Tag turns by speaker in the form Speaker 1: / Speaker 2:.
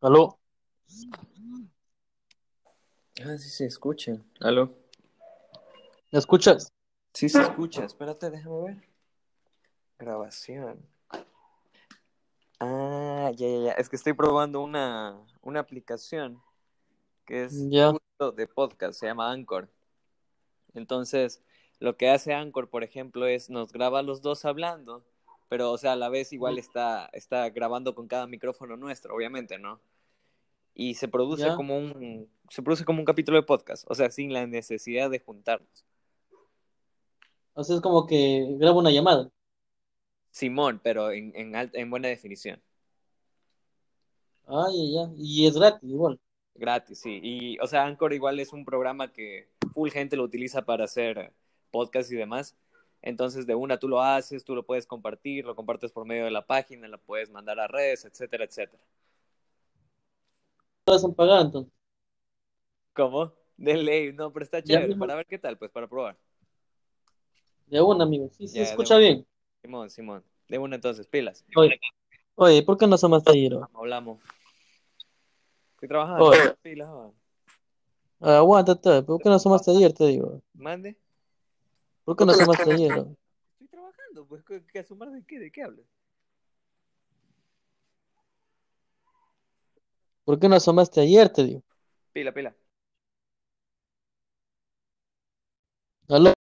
Speaker 1: ¿Aló?
Speaker 2: Ah, sí se escucha. Aló.
Speaker 1: ¿Me escuchas?
Speaker 2: Sí se escucha. Espérate, déjame ver. Grabación. Ah, ya, ya, ya. Es que estoy probando una, una aplicación que es
Speaker 1: Ya.
Speaker 2: justo de podcast, se llama Anchor. Entonces, lo que hace Anchor, por ejemplo, es nos graba a los dos hablando, pero, o sea, a la vez igual está, está grabando con cada micrófono nuestro, obviamente, ¿no? Y se produce
Speaker 1: Ya.
Speaker 2: como un, se produce como un capítulo de podcast, o sea, sin la necesidad de juntarnos.
Speaker 1: Así es como que grabo una llamada.
Speaker 2: Simón, pero en, en, alt- en buena definición.
Speaker 1: Ah, ya, ya. Y es gratis, igual.
Speaker 2: Gratis, sí. Y, o sea, Anchor igual es un programa que full gente lo utiliza para hacer podcasts y demás. Entonces, de una tú lo haces, tú lo puedes compartir, lo compartes por medio de la página, la puedes mandar a redes, etcétera, etcétera.
Speaker 1: Lo hacen pagar, entonces.
Speaker 2: ¿Cómo? De ley, no, pero está
Speaker 1: Ya
Speaker 2: chévere, para
Speaker 1: mismo,
Speaker 2: ver qué tal, pues, para probar.
Speaker 1: de una, amigo. Sí, se
Speaker 2: Ya, de
Speaker 1: escucha
Speaker 2: una.
Speaker 1: bien.
Speaker 2: Simón, Simón. De una entonces, pilas.
Speaker 1: Oye, oye, ¿por qué no asomaste ayer? oye?
Speaker 2: Hablamos. Estoy trabajando,
Speaker 1: Oye,
Speaker 2: pilas, va.
Speaker 1: aguántate, ¿por qué no asomaste ayer? Te digo.
Speaker 2: Mande.
Speaker 1: ¿Por qué no asomaste ayer? oye?
Speaker 2: Estoy trabajando, pues, ¿qué, qué asomar de qué? ¿De qué hablas?
Speaker 1: ¿Por qué no asomaste ayer? Te digo.
Speaker 2: Pila, pila.
Speaker 1: ¿Aló?